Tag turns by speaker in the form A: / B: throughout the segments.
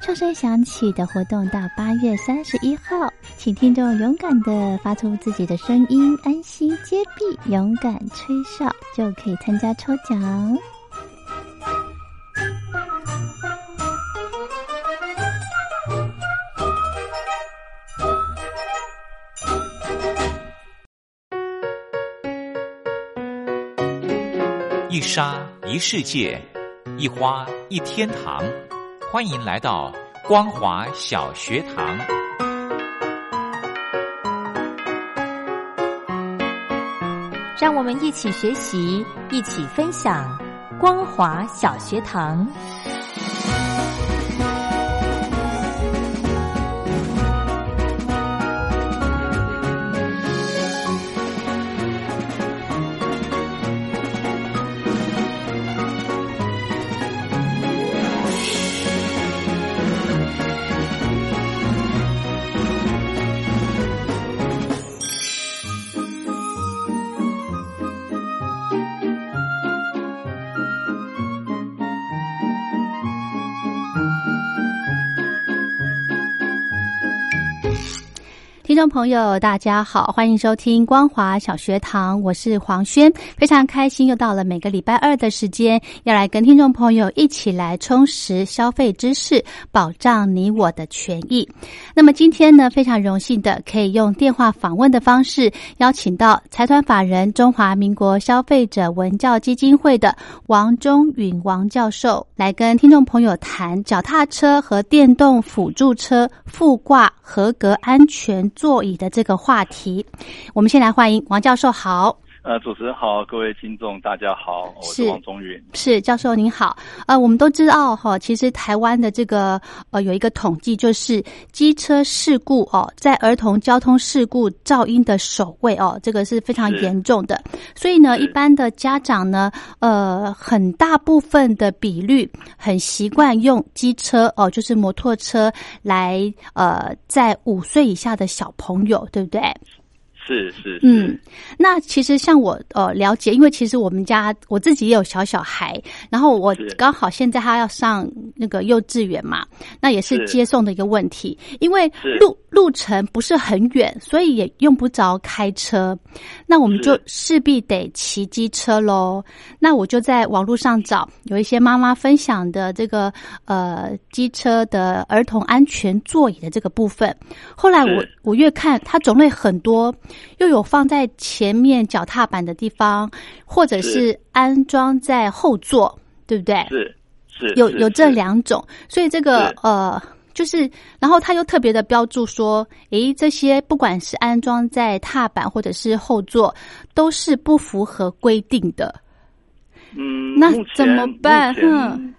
A: 哨声响起的活动到八月三十一号，请听众勇敢的发出自己的声音，安心接币，勇敢。吹哨就可以参加抽奖。
B: 一沙一世界，一花一天堂。欢迎来到光华小学堂。
C: 让我们一起学习，一起分享光华小学堂。
A: 听众朋友，大家好，欢迎收听光华小学堂，我是黄轩，非常开心又到了每个礼拜二的时间，要来跟听众朋友一起来充实消费知识，保障你我的权益。那么今天呢，非常荣幸的可以用电话访问的方式，邀请到财团法人中华民国消费者文教基金会的王中允王教授，来跟听众朋友谈脚踏车和电动辅助车副挂合格安全。座椅的这个话题，我们先来欢迎王教授好。
D: 呃，主持人好，各位听众大家好，我是王宗云。
A: 是教授您好，呃，我们都知道哈、哦，其实台湾的这个呃有一个统计，就是机车事故哦，在儿童交通事故噪音的首位哦，这个是非常严重的。所以呢，一般的家长呢，呃，很大部分的比率很习惯用机车哦，就是摩托车来呃，在五岁以下的小朋友，对不对？
D: 是是
A: 嗯，那其实像我呃了解，因为其实我们家我自己也有小小孩，然后我刚好现在他要上那个幼稚园嘛，那也是接送的一个问题，因为路路程不是很远，所以也用不着开车，那我们就势必得骑机车喽。那我就在网络上找有一些妈妈分享的这个呃机车的儿童安全座椅的这个部分，后来我我越看它种类很多。又有放在前面脚踏板的地方，或者是安装在后座，对不对？
D: 是是，
A: 有有这两种，所以这个呃，就是然后他又特别的标注说，诶，这些不管是安装在踏板或者是后座，都是不符合规定的。
D: 嗯，
A: 那怎么办？
D: 嗯。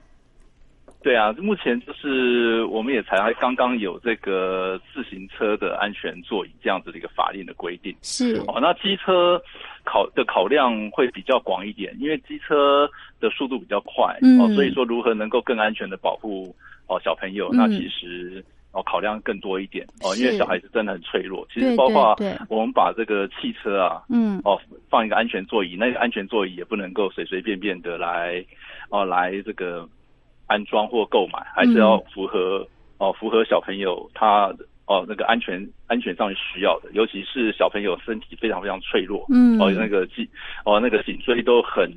D: 对啊，目前就是我们也才刚刚有这个自行车的安全座椅这样子的一个法令的规定。
A: 是
D: 哦，那机车考的考量会比较广一点，因为机车的速度比较快、嗯、哦，所以说如何能够更安全的保护哦小朋友，嗯、那其实。哦，考量更多一点哦，因为小孩子真的很脆弱。其实包括我们把这个汽车啊，
A: 嗯，
D: 哦，放一个安全座椅，那个安全座椅也不能够随随便便的来哦来这个。安装或购买，还是要符合、嗯、哦，符合小朋友他哦那个安全安全上需要的，尤其是小朋友身体非常非常脆弱，
A: 嗯，
D: 哦那个脊哦那个颈椎都很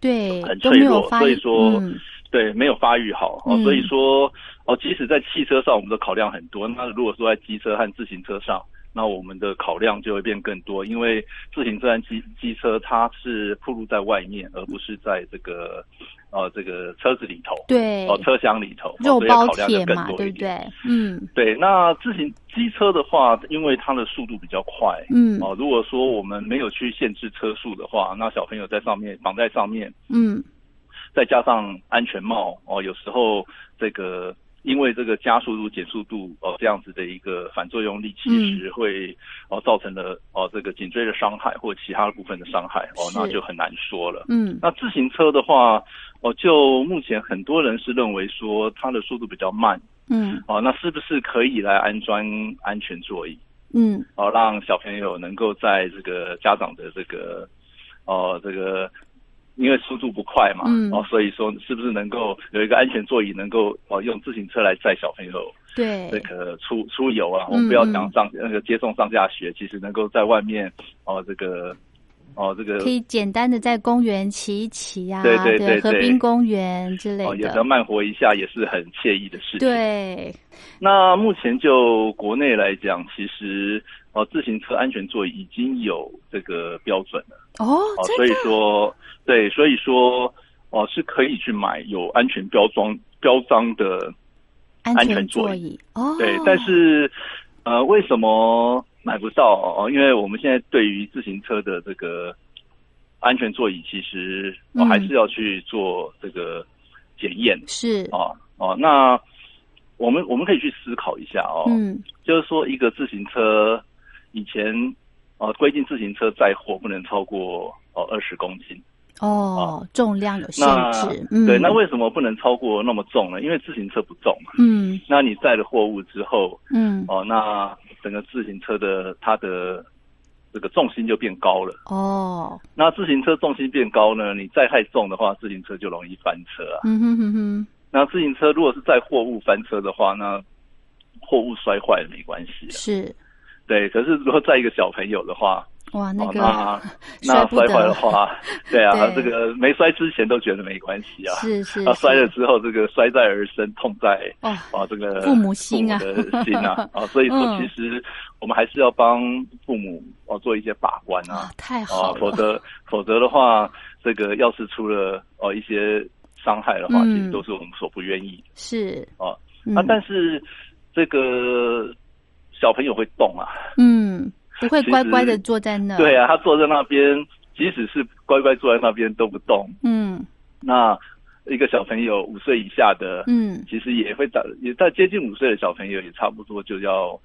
A: 对
D: 很脆弱，所以说、
A: 嗯、
D: 对没有发育好哦，
A: 嗯、
D: 所以说哦即使在汽车上我们都考量很多，那如果说在机车和自行车上那我们的考量就会变更多，因为自行车和机机车它是铺路在外面，而不是在这个呃这个车子里头，
A: 对，
D: 哦、车厢里头，哦
A: 肉
D: 所以
A: 包
D: 考量就
A: 铁
D: 更
A: 嘛，
D: 多
A: 对
D: 一
A: 不
D: 点。
A: 对？嗯
D: 对，那自行机车的话，因为它的速度比较快，
A: 嗯
D: 哦，如果说我们没有去限制车速的话，那小朋友在上面绑在上面，
A: 嗯
D: 再加上安全帽哦，有时候这个因为这个加速度、减速度哦这样子的一个反作用力，其实会、哦造成了哦这个颈椎的伤害或其他部分的伤害哦，
A: 是
D: 那就很难说了。
A: 嗯
D: 哦那自行车的话，哦，就目前很多人是认为说它的速度比较慢
A: 嗯
D: 哦，那是不是可以来安装安全座椅？
A: 嗯
D: 哦，让小朋友能够在这个家长的这个，哦，这个因为速度不快嘛，
A: 嗯
D: 哦，所以说是不是能够有一个安全座椅，能够哦用自行车来载小朋友
A: 对
D: 这个出出游啊，我
A: 嗯
D: 不要讲上那个接送上下学，其实能够在外面哦这个哦这个
A: 可以简单的在公园骑一骑呀、啊，
D: 对对对
A: 河
D: 对
A: 滨公园之类
D: 哦也
A: 的，
D: 能慢活一下，也是很惬意的事情。
A: 对，
D: 那目前就国内来讲，其实哦自行车安全座椅已经有这个标准了。
A: 哦，
D: 哦，
A: 真
D: 所以
A: 的，
D: 说，对，所以说，哦，是可以去买有安全标装标章的，
A: 安
D: 安
A: 全
D: 全座
A: 座椅哦，
D: 对，但是，呃，为什么买不到？哦，因为我们现在对于自行车的这个安全座椅，其实我、哦
A: 嗯
D: 还是要去做这个检验
A: 是，
D: 哦哦，那我们我们可以去思考一下哦，
A: 嗯
D: 就是说一个自行车以前哦规定自行车载货不能超过哦二十公斤。
A: 哦，重量有限
D: 那
A: 制，嗯，
D: 对，那为什么不能超过那么重呢？因为自行车不重嘛。
A: 嗯
D: 那你载了货物之后，
A: 嗯
D: 哦，那整个自行车的它的这个重心就变高了。
A: 哦，
D: 那自行车重心变高呢，你载太重的话，自行车就容易翻车啊。
A: 嗯哼哼哼，
D: 那自行车如果是载货物翻车的话，那货物摔坏了没关系、啊，
A: 是
D: 对。可是如果载一个小朋友的话，
A: 哇，那
D: 哦，
A: 个、
D: 那
A: 摔
D: 那
A: 不
D: 摔坏
A: 得
D: 的话，对啊，
A: 对
D: 这个没摔之前都觉得没关系啊，
A: 是是
D: 啊，摔了
A: 是
D: 之后，这个摔在儿身，痛在
A: 哦，
D: 啊这个
A: 父母心啊
D: 父母的心 啊啊，所以说
A: 嗯
D: 其实我们还是要帮父母哦做一些把关啊
A: 啊，太
D: 啊
A: 好，
D: 否
A: 了，
D: 则否则的话，这个要是出了哦一些伤害的话，
A: 嗯
D: 其实都是我们所不愿意
A: 是
D: 哦
A: 嗯、
D: 啊，但是这个小朋友会动啊，
A: 嗯，不会
D: 其
A: 乖乖的
D: 实
A: 坐在那，
D: 对，啊，他坐在那边，即使是乖乖坐在那边都不动，
A: 嗯
D: 那一个小朋友五岁以下的，
A: 嗯，
D: 其实也会到也在接近五岁的小朋友，也差不多就要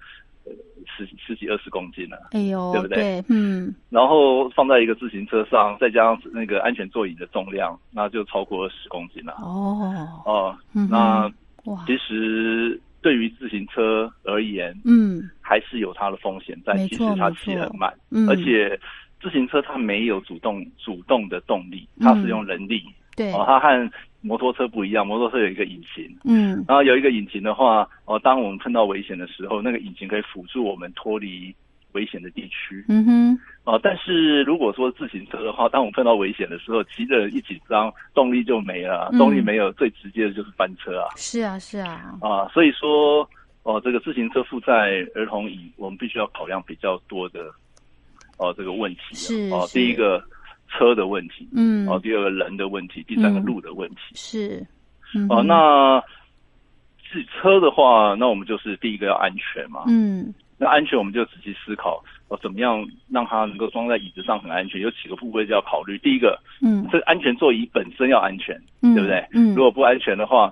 D: 呃十十几二十公斤了。
A: 哎呦，
D: 对不对
A: 嗯，
D: 然后放在一个自行车上，再加上那个安全座椅的重量，那就超过十公斤了。
A: 哦，
D: 哦，
A: 嗯
D: 那
A: 哼，哇，
D: 其实对于自行车而言，
A: 嗯
D: 还是有它的风险在，
A: 没
D: 即使
A: 错
D: 它
A: 没
D: 骑
A: 错
D: 很慢，
A: 嗯，
D: 而且自行车它没有主动主动的动力，它
A: 嗯
D: 是用人力。
A: 对，
D: 哦，它和摩托车不一样，摩托车有一个引擎。
A: 嗯
D: 然后有一个引擎的话，哦，当我们碰到危险的时候，那个引擎可以辅助我们脱离危险的地区。
A: 嗯哼，
D: 哦，但是如果说自行车的话，当我们碰到危险的时候，骑着人一紧张，动力就没了，
A: 嗯
D: 动力没有，最直接的就是翻车啊
A: 是啊是啊，
D: 啊！所以说，哦，这个自行车负载儿童椅，我们必须要考量比较多的哦这个问题啊。
A: 是
D: 哦，
A: 是
D: 第一个车的问题，
A: 嗯，
D: 哦，第二个人的问题，第三个
A: 嗯
D: 路的问题。
A: 是，嗯
D: 哦，
A: 哼
D: 那自车的话，那我们就是第一个要安全嘛。
A: 嗯
D: 那安全我们就仔细思考，哦，怎么样让它能够装在椅子上很安全？有几个部位就要考虑。第一个，
A: 嗯
D: 这个安全座椅本身要安全，
A: 嗯，
D: 对不对？
A: 嗯，
D: 如果不安全的话，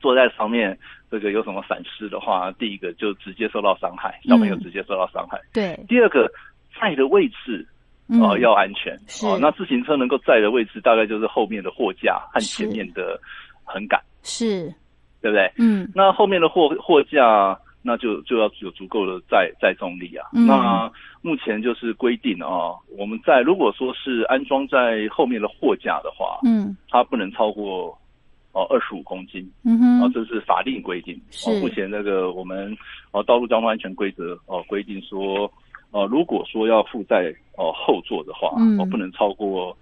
D: 坐在上面这个有什么闪失的话，第一个就直接受到伤害，小朋友
A: 嗯
D: 直接受到伤害。
A: 对，
D: 第二个，载的位置哦、
A: 嗯
D: 要安全
A: 是
D: 哦。那自行车能够载的位置大概就是后面的货架和前
A: 是
D: 面的横杆，
A: 是，
D: 对不对？
A: 嗯
D: 那后面的货货架，那就就要有足够的载载重力啊。
A: 嗯
D: 那目前就是规定啊，我们在如果说是安装在后面的货架的话，
A: 嗯
D: 它不能超过哦二十五公斤
A: 嗯
D: 啊，
A: 哼，
D: 这是法令规定。
A: 是
D: 哦目前那个我们哦道路交通安全规则哦规定说，哦如果说要负载哦后座的话，
A: 嗯
D: 哦不能超过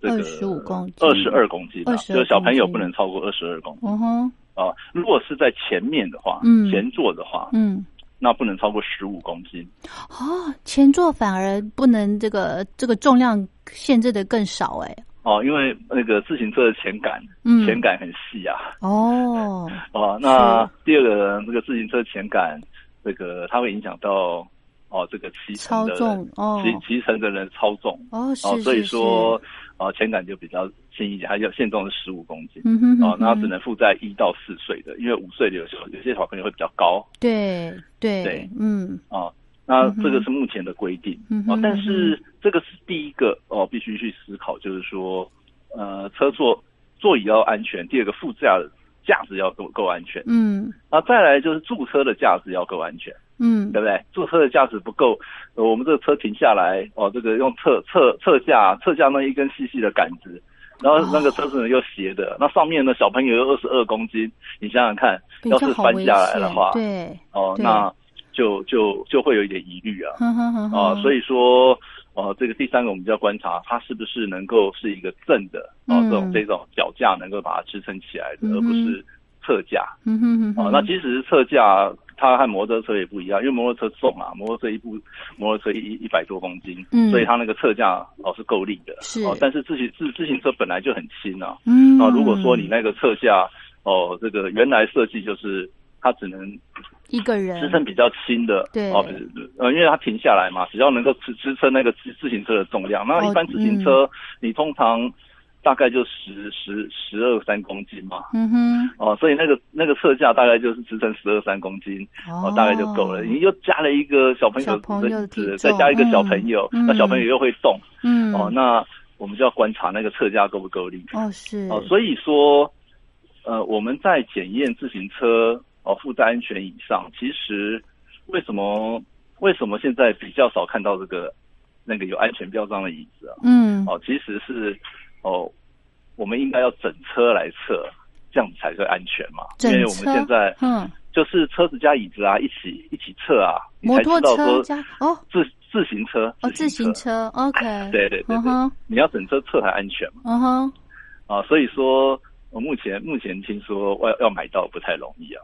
D: 这个
A: 25公斤
D: 二十二公斤啊，
A: 22
D: 就是小朋友
A: 公斤
D: 不能超过二十二公斤。
A: 哦吼，
D: 啊，如果是在前面的话，
A: 嗯
D: 前座的话，
A: 嗯
D: 那不能超过十五公斤。
A: 哦，前座反而不能这个这个重量限制的更少哎、
D: 哦，因为那个自行车的前杆，
A: 嗯
D: 前杆很细啊。
A: 哦，
D: 哦，那第二个，这个自行车前杆，这个它会影响到哦这个骑
A: 超
D: 乘的人
A: 重哦
D: 骑骑乘的人超重。
A: 哦是
D: 哦，所以
A: 是
D: 说，哦前杆就比较轻一点，它要限重是十五公斤
A: 是。嗯哼哼
D: 哦，那
A: 哼
D: 只能负载一到四岁的，因为五岁的有时候有些小朋友会比较高
A: 对对
D: 对
A: 嗯
D: 哦。那
A: 嗯哼
D: 这个是目前的规定
A: 嗯哼
D: 哦，但
A: 嗯哼
D: 是这个是第一个哦，必须去思考，就是说，呃，车座座椅要安全，第二个副驾驾驶要够够安全，
A: 嗯
D: 那再来就是驻车的驾驶要够安全，
A: 嗯
D: 对不对？驻车的驾驶不够，呃我们这个车停下来哦，这个用侧侧侧架侧架那一根细细的杆子。然后那个车子呢又斜的，那上面呢小朋友有二十二公斤，你想想看，
A: 哎
D: 要
A: 这
D: 是
A: 好
D: 翻
A: 危
D: 下来的
A: 险
D: 话
A: 对，
D: 哦，
A: 对
D: 那就就就会有一点疑虑啊。
A: 哼哼哼
D: 啊，
A: 哼
D: 所以说，呃，这个第三个我们就要观察它是不是能够是一个正的，哦、这
A: 嗯
D: 种这种脚架能够把它支撑起来的，
A: 嗯哼
D: 而不是侧架。
A: 嗯哼哼
D: 啊，
A: 哼
D: 那即使是侧架，它和摩托车也不一样，因为摩托车重啊，摩托车一部摩托车一一百多公斤，
A: 嗯
D: 所以它那个侧架哦是够力的。
A: 是
D: 哦，但是自行自自行车本来就很轻啊。
A: 嗯
D: 啊，如果说你那个侧架哦，这个原来设计就是它只能
A: 一个人
D: 支撑比较轻的，
A: 对
D: 哦，不是呃，因为它停下来嘛，只要能够支支撑那个自自行车的重量，那
A: 哦
D: 一般自行车、你通常大概就十十十二三公斤嘛，
A: 嗯哼
D: 哦，所以那个那个车架大概就是支撑十二三公斤，哦，大概就够了。你又加了一个小朋友
A: 小朋友的体重
D: 再加一个小朋友，
A: 嗯
D: 那小朋友又会动，
A: 嗯
D: 哦，那我们就要观察那个车架够不够力，
A: 哦是
D: 哦，所以说，呃，我们在检验自行车哦负载安全以上，其实为什么为什么现在比较少看到这个那个有安全标章的椅子啊？
A: 嗯
D: 哦，其实是哦，我们应该要整车来测，这样子才会安全嘛。因
A: 整
D: 为我们
A: 车
D: 现在
A: 嗯
D: 就是车子加椅子啊，一起一起测啊，你
A: 摩
D: 才
A: 托
D: 知道
A: 车
D: 说
A: 加哦
D: 自自行车
A: 哦自行。车 OK
D: 对对对对
A: 嗯哼
D: 你要整车测才安全嘛。
A: 嗯哼
D: 啊，所以说，我目前目前听说要要买到不太容易啊，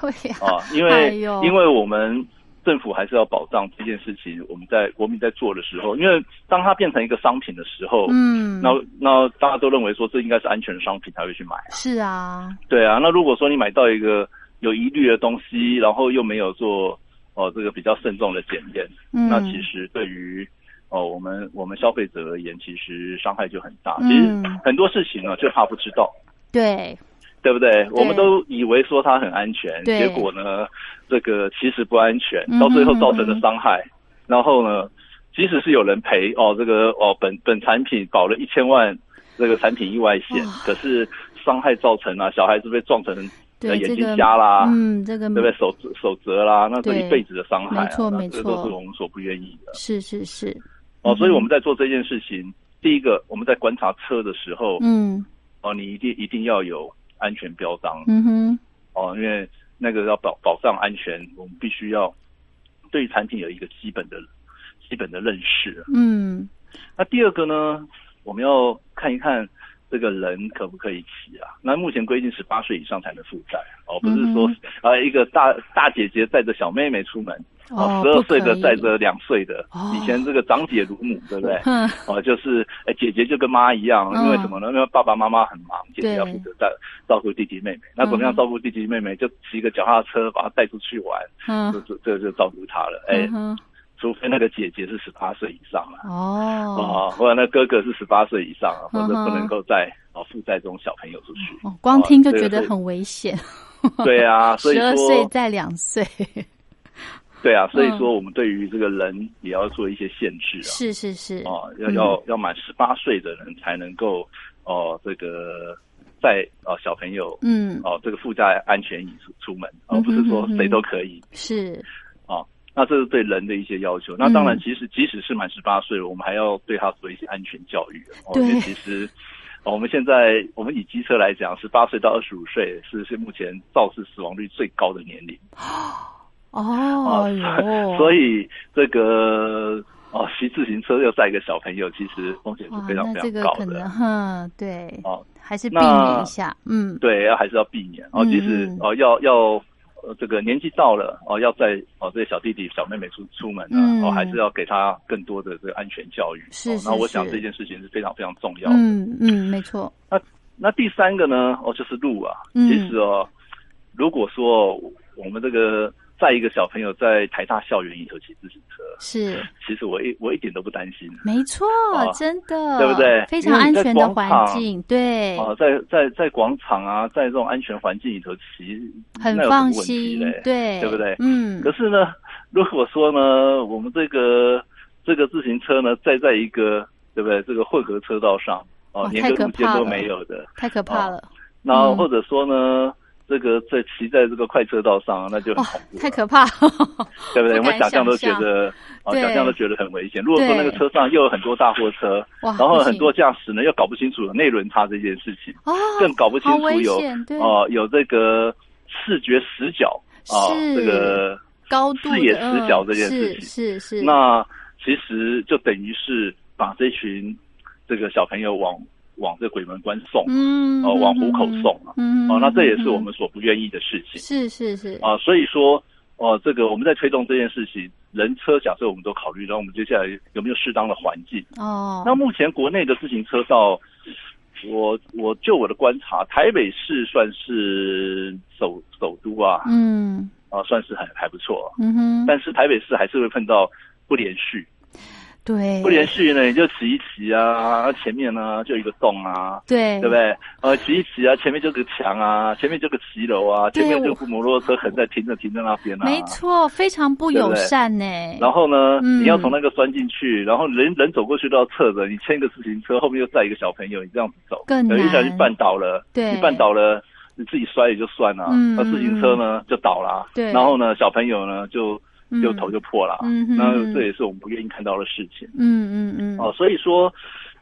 A: 对呀
D: 啊，因
A: 哎
D: 为、
A: 呦
D: 因为我们政府还是要保障这件事情，我们在国民在做的时候，因为当它变成一个商品的时候，
A: 嗯
D: 那那大家都认为说这应该是安全的商品才会去买，
A: 是啊
D: 对啊，那如果说你买到一个有疑虑的东西，然后又没有做哦这个比较慎重的检验，
A: 嗯
D: 那其实对于哦我们我们消费者而言，其实伤害就很大。
A: 嗯
D: 其实很多事情呢，就怕不知道。
A: 对
D: 对不对？我们都以为说它很安全，
A: 对
D: 结果呢，这个其实不安全
A: 嗯哼，
D: 到最后造成的伤害。然后呢，即使是有人赔哦，这个哦本本产品保了一千万，这个产品意外险，可是伤害造成了、小孩子被撞成呃
A: 对
D: 眼
A: 这
D: 睛
A: 个
D: 瞎啦，
A: 嗯这个
D: 对不对？手手折啦，那
A: 对
D: 是一辈子的伤害、啊，
A: 没错
D: 那
A: 没
D: 这
A: 错嗯
D: 都是我们所不愿意的。
A: 是是是
D: 哦，所以我们在做这件事情，第一个我们在观察车的时候，
A: 嗯
D: 哦，你一定一定要有安全标章。
A: 嗯哼
D: 哦，因为那个要保保障安全，我们必须要对产品有一个基本的基本的认识。
A: 嗯
D: 那第二个呢，我们要看一看这个人可不可以骑啊？那目前规定十八岁以上才能负载哦，不是说
A: 嗯
D: 啊、呃一个大大姐姐载着小妹妹出门，
A: 哦
D: 十二
A: 不
D: 岁的
A: 可以
D: 载着两岁的，
A: 哦
D: 以前这个长姐如母，对不对？
A: 哼
D: 哦，就是呃姐姐就跟妈一样，
A: 嗯
D: 因为什么呢？因为爸爸妈妈很忙，姐
A: 对
D: 姐要负责照照顾弟弟妹妹。那怎
A: 嗯
D: 么样照顾弟弟妹妹？就骑个脚踏车把他带出去玩，就
A: 嗯
D: 就这就照顾他了。哎
A: 嗯，哼
D: 除非那个姐姐是十八岁以上了。
A: 哦
D: 啊，或者那哥哥是十八岁以上啊，或者
A: 嗯哼
D: 不能够再哦负载这种小朋友出去。
A: 哦光听就
D: 这个
A: 觉得
D: 是
A: 很危险。
D: 对 啊，所以
A: 十二岁
D: 说
A: 在两岁，
D: 对啊，所以
A: 嗯
D: 说我们对于这个人也要做一些限制啊。
A: 是是是，嗯
D: 哦，要要要满十八岁的人才能够哦，这个在哦小朋友
A: 嗯，
D: 哦这个附加安全椅出出门，而、
A: 嗯哼
D: 不是说
A: 嗯哼
D: 谁都可以。
A: 是，
D: 那这是对人的一些要求。那当然，
A: 嗯
D: 其实即使是满十八岁了，我们还要对他做一些安全教育。哦，
A: 对
D: 因为其实。哦我们现在，我们以机车来讲，十八岁到二十五岁是是目前肇事死亡率最高的年龄，
A: 哦哟，
D: 所以这个哦，骑自行车又载一个小朋友，其实风险是
A: 哇，
D: 非常
A: 那
D: 非
A: 这个
D: 常高
A: 可
D: 的。
A: 能，哼，对，
D: 哦，
A: 还是避
D: 那
A: 免一下，嗯，
D: 对，要还是要避免哦。
A: 嗯
D: 即使
A: 嗯
D: 哦，要要呃这个年纪到了哦，要在哦这些小弟弟小妹妹出出门呢、
A: 嗯
D: 哦，还是要给他更多的这个安全教育。
A: 是
D: 哦
A: 是
D: 那我想
A: 是
D: 这件事情是非常非常重要的。
A: 嗯嗯，没错，
D: 那第三个呢，哦，就是路啊。
A: 嗯
D: 其实哦，如果说我们这个在一个小朋友在台大校园里头骑自行车，
A: 是
D: 其实我一我一点都不担心。
A: 没错，
D: 哦
A: 真的，
D: 对不对
A: 非常安全的
D: 因为你在
A: 环
D: 广场
A: 境，对，
D: 啊，在在在广场啊，在这种安全环境里头骑，
A: 很
D: 那有什么
A: 放
D: 问题
A: 心
D: 嘞，
A: 对，
D: 对不对
A: 嗯，
D: 可是呢， 如果说呢，我们这个这个自行车呢，再在一个对不对这个混合车道上哦
A: 哇，
D: 连
A: 太
D: 个
A: 可
D: 路肩
A: 怕
D: 都
A: 了
D: 没有的，
A: 太可
D: 哦
A: 怕了，
D: 然后
A: 嗯
D: 或者说呢，这个在骑在这个快车道上，那就
A: 哇
D: 很恐怖，
A: 哦
D: 了
A: 太可怕了，
D: 对不对？
A: 不
D: 我们
A: 敢
D: 想象都
A: 想
D: 觉
A: 象
D: 得啊，
A: 对
D: 想象都觉得很危险。如果说
A: 对
D: 那个车上又有很多大货车，
A: 哇，
D: 然后
A: 不
D: 很
A: 行
D: 多驾驶呢又搞不清楚有内轮差这件事情，
A: 哦，
D: 更搞不清
A: 好
D: 楚
A: 危
D: 有
A: 险，对，
D: 哦、有这个视觉死角啊、
A: 是
D: 这个
A: 高度
D: 视野
A: 的
D: 死角这件
A: 嗯
D: 事情，
A: 是是是，
D: 那哦其实就等于是把这群这个小朋友往往这鬼门关送啊、
A: 嗯，
D: 哦往虎口送啊
A: 嗯，嗯，
D: 那这也是我
A: 嗯
D: 们所不愿意的事情。
A: 是是是，
D: 啊，所以说，哦，这个我们在推动这件事情，人车假设我们都考虑，然后我们接下来有没有适当的环境？
A: 哦，
D: 那目前国内的自行车道，我我就我的观察，台北市算是首首都啊，
A: 嗯
D: 啊，算是很还不错，
A: 嗯哼，
D: 但是台北市还是会碰到。不连续，
A: 对，
D: 不连续呢，你就骑一骑啊，前面呢就一个洞啊，
A: 对
D: 对不？对？呃，骑一骑啊，前面就个墙啊，前面就个骑楼啊，前面
A: 对
D: 就
A: 我
D: 个摩托车横在停着停在那边啊，
A: 没错，非常不
D: 对不
A: 友
D: 对
A: 善呢。
D: 然后呢，
A: 嗯
D: 你要从那个钻进去，然后人人走过去都要侧着，你牵一个自行车，后面又载一个小朋友，你这样子走，
A: 更
D: 等一下就
A: 难
D: 绊倒了，
A: 对
D: 你绊倒了，你自己摔也就算了，
A: 嗯
D: 那自行车呢就倒啦，
A: 对
D: 然后呢小朋友呢就就
A: 嗯
D: 头就破了，
A: 嗯哼
D: 啊那
A: 哼
D: 这也是我们不愿意看到的事情
A: 嗯嗯嗯，
D: 哦、所以说。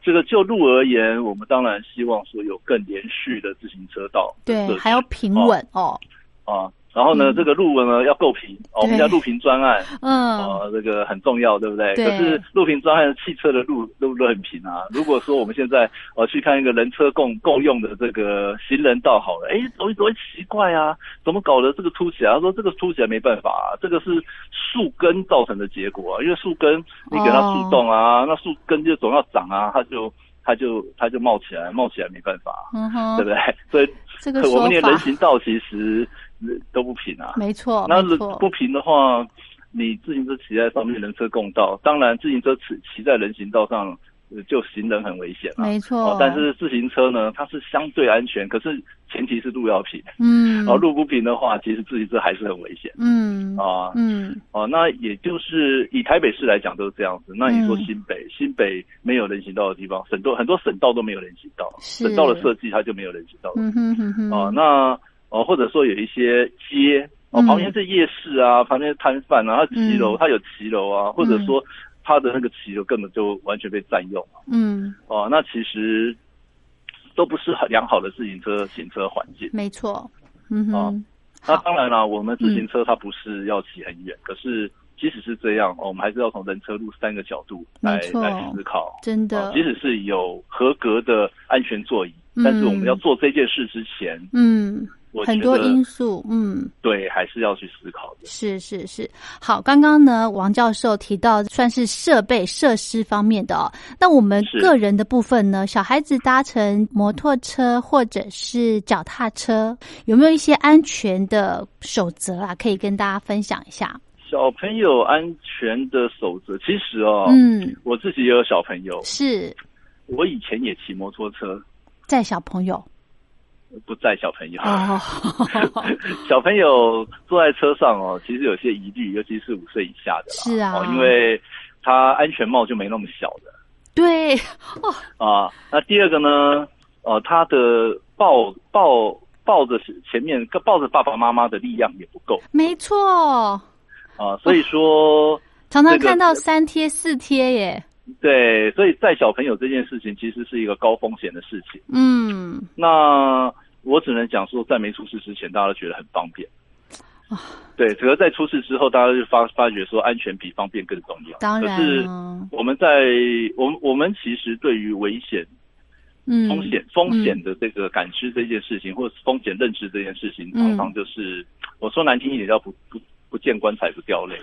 D: 这个就路而言，我们当然希望说有更连续的自行车道的设
A: 对，
D: 计
A: 还要平稳哦，
D: 啊。然后呢，
A: 嗯
D: 这个路呢要够平，哦我们
A: 对
D: 叫路平专案，
A: 嗯，
D: 呃，这个很重要，对不对？
A: 对
D: 可是路平专案汽车的路都都很平 啊。如果说我们现在呃去看一个人车共共用的这个行人道好了，哎，怎么怎么会奇怪啊？怎么搞的这个凸起来？他说这个凸起来没办法、啊，这个是树根造成的结果啊。因为树根你给它
A: 哦
D: 树洞啊，那树根就总要长啊，它就它就它就冒起来，冒起来没办法啊、
A: 嗯
D: 对
A: 哼，
D: 不对？所以
A: 这个
D: 可我
A: 说
D: 们连人
A: 法
D: 行道其实呃都不平啊。
A: 没错，
D: 那
A: 哦没
D: 如
A: 错，
D: 不平的话，你自行车骑在上面，人车共道。当然，自行车骑骑在人行道上，呃就行人很危险了、
A: 没
D: 哦
A: 错，，
D: 但是自行车呢，它是相对安全，可是前提是路要平。
A: 嗯，
D: 哦，路不平的话，其实自行车还是很危险
A: 嗯
D: 啊。
A: 嗯
D: 哦，那也就是以台北市来讲都是这样子。那你说
A: 嗯
D: 新北，新北没有人行道的地方，很多很多省道都没有人行道，
A: 是
D: 省道的设计它就没有人行道了。
A: 嗯哼哼哼，
D: 哦，那哦，或者说有一些街哦，
A: 嗯
D: 旁边是夜市啊，旁边是摊贩啊，它骑楼，
A: 嗯
D: 它有骑楼啊，或者说它的那个骑楼根本就完全被占用了
A: 嗯，
D: 哦，那其实都不是很良好的自行车行车环境。
A: 没错，嗯
D: 哦
A: 哼，
D: 那
A: 好嗯
D: 当然啦，我们自行车它不是要骑很远，可是即使是这样，哦我们还是要从人车路三个角度来
A: 没错
D: 来思考。
A: 真
D: 哦
A: 的
D: 即，使是有合格的安全座椅，
A: 嗯
D: 但是我们要做这件事之前，
A: 嗯，
D: 我
A: 很
D: 觉
A: 多
D: 得
A: 因素，嗯。
D: 对，还是要去思考的。
A: 是是是，好，刚刚呢，王教授提到算是设备设施方面的哦。那我们
D: 是
A: 个人的部分呢，小孩子搭乘摩托车或者是脚踏车，有没有一些安全的守则啊？可以跟大家分享一下。
D: 小朋友安全的守则，其实哦，
A: 嗯，
D: 我自己也有小朋友，
A: 是
D: 我以前也骑摩托车，
A: 在小朋友
D: 不载小朋友。
A: 哦，
D: 小朋友坐在车上哦，其实有些疑虑，尤其是五岁以下的啦。
A: 是啊
D: 哦，因为他安全帽就没那么小的
A: 对，
D: 啊。那第二个呢，呃，他的抱抱抱着前面抱着爸爸妈妈的力量也不够
A: 没错，
D: 啊，所以说。
A: 常常
D: 这个
A: 看到三贴四贴耶，
D: 对，所以载小朋友这件事情其实是一个高风险的事情。
A: 嗯，
D: 那我只能讲说，在没出事之前，大家都觉得很方便。
A: 啊
D: 对，只是在出事之后，大家就发发觉说，安全比方便更重要。
A: 当然
D: 可是
A: 啊
D: 我们在我们我们其实对于危险、
A: 嗯，
D: 风险、风险的这个感知这件事情，或是风险认知这件事情，
A: 嗯
D: 常常就是我说难听一点叫不不不见棺材不掉泪。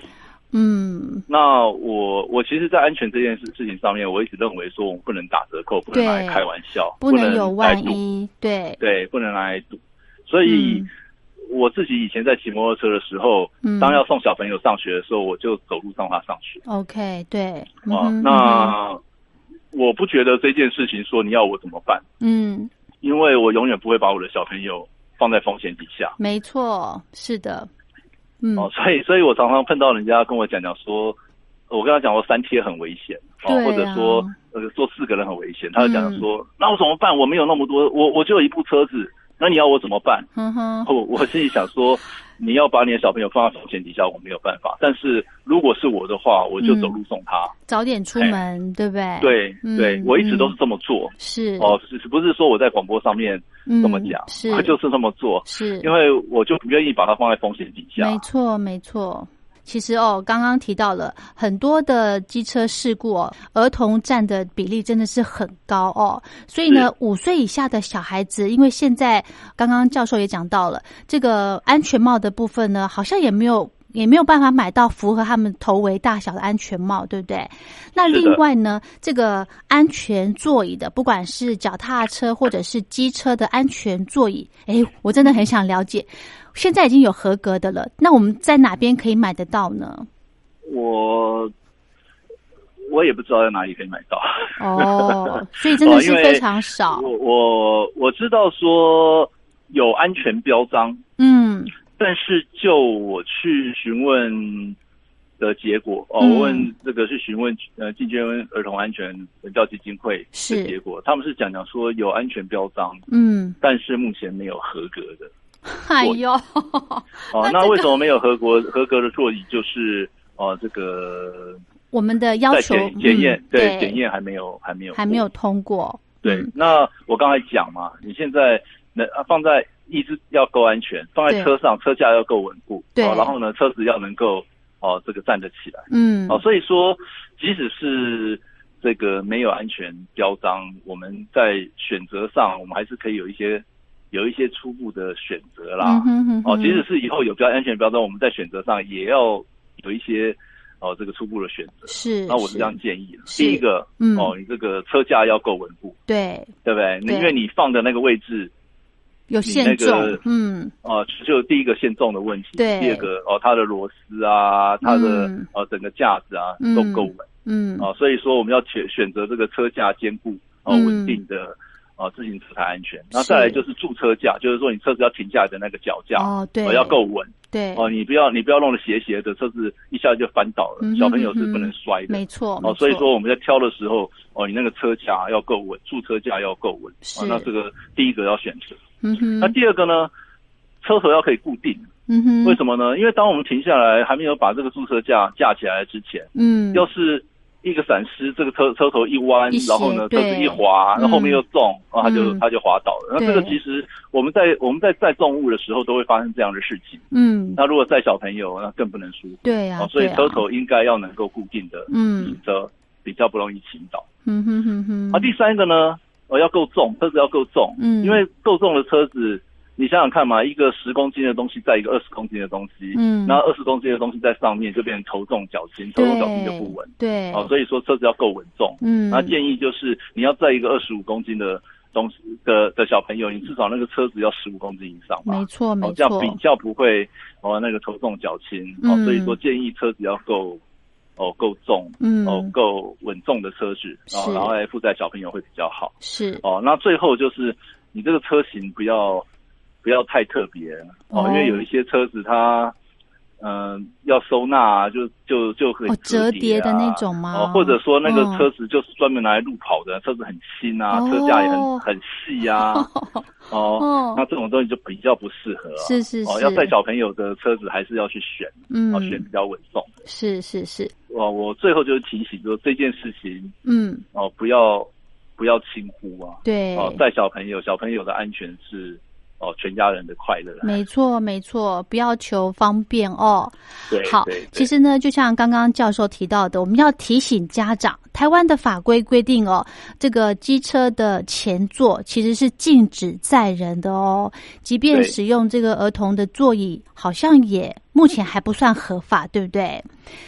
A: 嗯，
D: 那我我其实，在安全这件事事情上面，我一直认为说，我们不能打折扣，不能拿来开玩笑，
A: 不
D: 能
A: 有
D: 来
A: 万
D: 赌，
A: 一，对，
D: 对，不能拿来赌。所以、
A: 嗯
D: 我自己以前在骑摩托车的时候，
A: 嗯
D: 当要送小朋友上学的时候，我就走路送他上学。
A: ，OK，对，
D: 啊，
A: 嗯哼
D: 那我不觉得这件事情说你要我怎么办，
A: 嗯，
D: 因为我永远不会把我的小朋友放在风险底下。
A: 没错，是的，嗯，
D: 哦，所以，所以我常常碰到人家跟我讲讲说，呃我跟他讲说三贴很危险，哦，
A: 对啊嗯
D: 或者说呃坐四个人很危险，他就讲讲说，那我怎么办？我没有那么多，我我就有一部车子，那你要我怎么办？
A: 哼哼，
D: 我我心里想说，你要把你的小朋友放在风险底下，我没有办法。但是如果是我的话，我就走路送他。
A: 早点出
D: 哎
A: 门，对不对？，
D: 对
A: 嗯
D: 对，我一直都是这么做。
A: 是，
D: 哦，是是不是说我在广播上面
A: 嗯，
D: 这么讲，
A: 是，
D: 我 就是这么做，
A: 是，
D: 因为我就不愿意把它放在风险底下。
A: 没错，没错。其实哦，刚刚提到了很多的机车事故哦，儿童占的比例真的是很高哦。所以呢
D: 是，
A: 五岁以下的小孩子，因为现在刚刚教授也讲到了这个安全帽的部分呢，好像也没有也没有办法买到符合他们头围大小的安全帽，对不对？那
D: 是的
A: 另外呢，这个安全座椅的，不管是脚踏车或者是机车的安全座椅，诶，我真的很想了解，现在已经有合格的了，那我们在哪边可以买得到 呢？
D: 我我也不知道在哪里可以买到。
A: 哦，所以真的是非常少，
D: 我我我知道说有安全标章，
A: 嗯
D: 但是就我去询问的结果，哦，
A: 嗯
D: 我问这个是询问呃进捐儿童安全人教基金会
A: 是
D: 的结果，他们是讲讲说有安全标章，
A: 嗯，
D: 但是目前没有合格的。
A: 哎呦，
D: 哦，
A: 那
D: 那
A: 这
D: 为什么没有合格合格的座椅？就是哦，这个
A: 我们的要
D: 在
A: 求
D: 检检验
A: 嗯
D: 对检验还没有还没有
A: 还没有
D: 过哦
A: 通过，
D: 对
A: 嗯。
D: 那我刚才讲嘛，你现在能啊放在一是要够安全，放在
A: 对
D: 车上车架要够稳固，
A: 对
D: 哦然后呢车子要能够哦这个站得起来
A: 嗯
D: 哦，所以说即使是。这个没有安全标章，我们在选择上，我们还是可以有一些有一些初步的选择啦。
A: 嗯哼哼哼
D: 哦，即使是以后有比较安全标章，我们在选择上也要有一些哦这个初步的选择。
A: 是，
D: 那我是这样建议的：
A: 是
D: 第一个，
A: 嗯
D: 哦，你这个车架要够稳固，
A: 对
D: 对不对？
A: 对
D: 因为你放的那个位置，
A: 有限重
D: 你那个，
A: 嗯
D: 哦，就第一个限重的问题。
A: 对
D: 第二个，哦，它的螺丝啊，它的
A: 嗯
D: 呃整个架子啊
A: 嗯
D: 都不够稳
A: 嗯
D: 哦，所以说我们要选选择这个车架坚固哦
A: 嗯
D: 稳定的。哦，自行车才安全。那
A: 是
D: 再来就是驻车架，就是说你车子要停下来的那个脚架，
A: 哦对
D: 哦要够稳。
A: 对，
D: 哦，你不要你不要弄得斜斜的，车子一下就翻倒了，
A: 嗯哼
D: 小朋友是
A: 嗯哼
D: 不能摔的
A: 没。错，没
D: 哦，
A: 错
D: 所以说我们在挑的时候，哦，你那个车架要够稳，驻车架要够稳。
A: 是
D: 哦，那这个第一个要选择。
A: 嗯哼，
D: 那第二个呢，车头要可以固定，
A: 嗯哼，
D: 为什么呢？因为当我们停下来还没有把这个驻车架架起来之前，
A: 嗯
D: 要是一个闪失，这个车车头一弯
A: 一，斜
D: 然后呢车
A: 对
D: 子一滑，
A: 嗯
D: 然后后面又重，然后它就
A: 嗯
D: 它就滑倒了。那这个
A: 对
D: 其实我们在我们在载重物的时候都会发生这样的事情。
A: 嗯
D: 那如果载小朋友，那更不能疏忽。
A: 对啊
D: 哦，，所以
A: 对啊
D: 车头应该要能够固定的
A: 嗯
D: 车，比较不容易倾倒。
A: 嗯哼哼哼，
D: 啊，第三个呢，呃，要够重，车子要够重，
A: 嗯
D: 因为够重的车子，你想想看嘛，一个十公斤的东西载一个二十公斤的东西，
A: 嗯
D: 那二十公斤的东西在上面就变成头重脚轻，头重脚轻就不稳。
A: 对，
D: 哦，所以说车子要够稳重。
A: 嗯，
D: 那建议就是你要载一个二十五公斤的东西的的小朋友，你至少那个车子要十五公斤以上吧。
A: 没错没
D: 哦，这样
A: 错，
D: 比较不会哦那个头重脚轻哦，
A: 嗯
D: 所以说建议车子要够哦够重
A: 嗯
D: 哦够稳重的车子，哦
A: 是
D: 然后来负载小朋友会比较好
A: 是
D: 哦。那最后就是你这个车型不要不要太特别哦
A: 哦，
D: 因为有一些车子它。嗯，要收纳啊，就就就很
A: 哦折叠的
D: 啊
A: 那种吗
D: 哦，或者说那个
A: 嗯
D: 车子就是专门拿来路跑的，车子很轻啊，
A: 哦
D: 车架也很很 细啊，哦，
A: 哦
D: 那这种东西就比较不适合、啊。
A: 是是
D: 哦，
A: 是
D: 要载小朋友的车子还是要去选，
A: 嗯
D: 哦，选比较稳重。
A: 是是是
D: 哦，我最后就是提醒说这件事情
A: 嗯
D: 哦，不要不要轻忽啊。
A: 对
D: 哦，载小朋友，小朋友的安全是哦全家人的快乐啊。
A: 没错，没错，不要求方便哦。
D: 对
A: 好
D: 对，
A: 其
D: 对
A: 实呢，就像刚刚教授提到的，我们要提醒家长，台湾的法规规定哦，这个机车的前座其实是禁止载人的哦，即便
D: 对
A: 使用这个儿童的座椅，好像也目前还不算合法，对不对？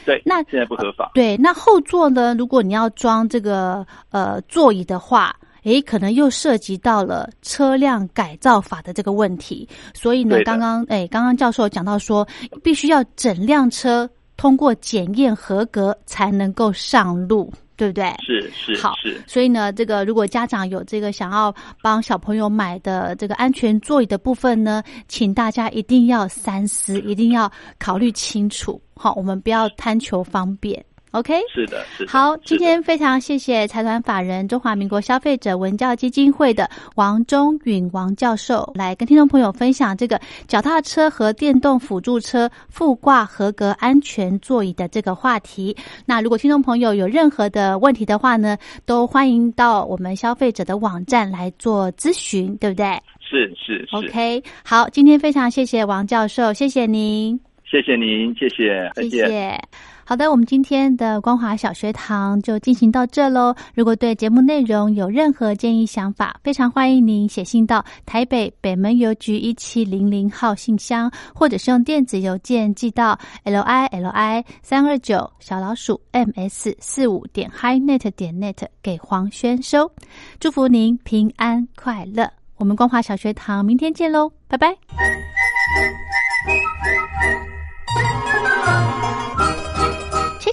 D: 对，
A: 那
D: 现在不合法。
A: 对，那后座呢？如果你要装这个呃座椅的话，诶，可能又涉及到了车辆改造法的这个问题。所以呢，
D: 对的
A: 刚刚诶，刚刚教授有讲到说，必须要整辆车通过检验合格才能够上路，对不对？
D: 是是
A: 好
D: 是，
A: 所以呢，这个如果家长有这个想要帮小朋友买的这个安全座椅的部分呢，请大家一定要三思，一定要考虑清楚。好，我们不要贪求方便。OK，
D: 是的，是的。
A: 好，
D: 是
A: 今
D: 的
A: 天非常谢谢财团法人中华民国消费者文教基金会的王中允王教授来跟听众朋友分享这个脚踏车和电动辅助车附挂合格安全座椅的这个话题。那如果听众朋友有任何的问题的话呢，都欢迎到我们消费者的网站来做咨询，对不对
D: 是是是
A: ？OK，好，今天非常谢谢王教授，谢谢您。
D: 谢谢您，谢谢，再
A: 谢
D: 见。
A: 谢。好的，我们今天的光华小学堂就进行到这喽。如果对节目内容有任何建议想法，非常欢迎您写信到台北北门邮局一七零零号信箱，或者是用电子邮件寄到 l i l i 三二九小老鼠 m s 四五点 highnet 点 net E 给黄轩收。祝福您平安快乐。我们光华小学堂明天见喽，拜拜。吹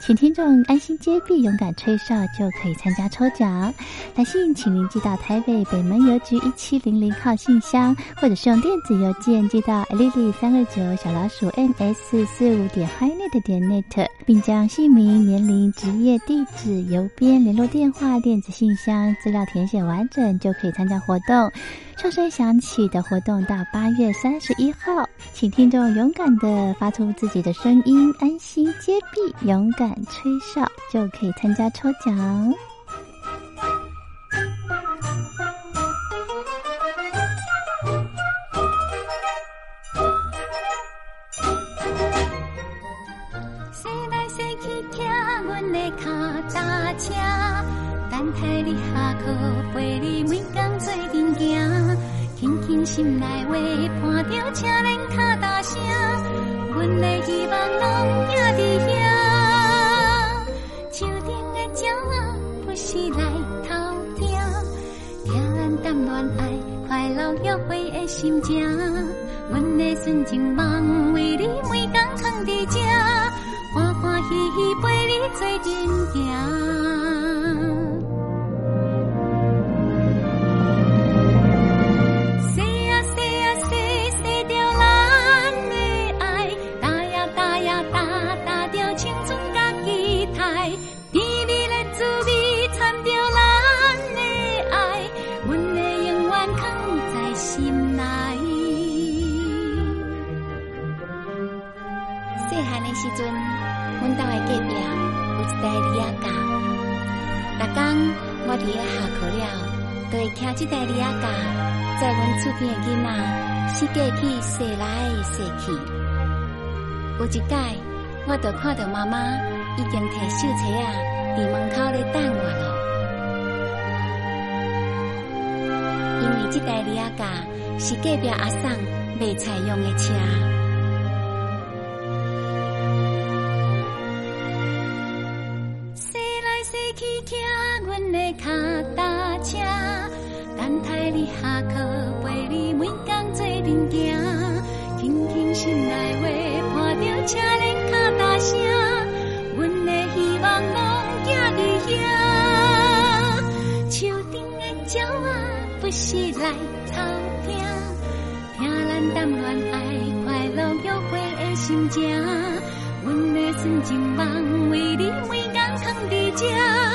A: 请听众安心接币，勇敢吹哨就可以参加抽奖。来信请您寄到台北北门邮局一七零零号信箱，或者是用电子邮件寄到 lily 三二九小老鼠 ms 四五点 highnet 点 net，并将姓名、年龄、职业、地址、邮编、联络电话、电子信箱资料填写完整，就可以参加活动。哨声响起的活动到八月三十一号，请听众勇敢的发出自己的声音，安心接币，勇敢吹哨，就可以参加抽奖。
E: 西来西去，听阮的脚踏车，等待你下课，陪你每天做阵行，轻轻心内话，伴着车轮脚踏声，阮的希望拢也伫遐。树顶的鸟啊，不时来偷听，听咱谈恋爱，快乐约会的心情，阮的纯情梦，为你每天藏伫遮。欢欢喜喜陪你做阵行。西呀西呀西，西着咱的爱，搭呀搭呀搭，搭着青春甲期待，甜蜜的滋味掺着咱的爱，阮的永远藏在心内。细汉的时阵，阮兜的隔壁有一台李亚架，逐工我伫咧下课了，啊就会骑即台李亚架，载阮厝边的囡仔四界去踅来踅去。有一摆，我就看到妈妈已经摕小车啊，伫门口咧等我咯。因为即台李亚架是隔壁阿送卖菜用的车。西来西去，听阮的脚踏车，等待你下课，陪你每天做阵行，轻轻心内话，伴着车轮脚踏声，阮的希望拢寄伫遐。树顶的鸟啊，不时来偷听，听咱谈恋爱，快乐约会的心情。阮的纯情梦，为你每天藏伫遮，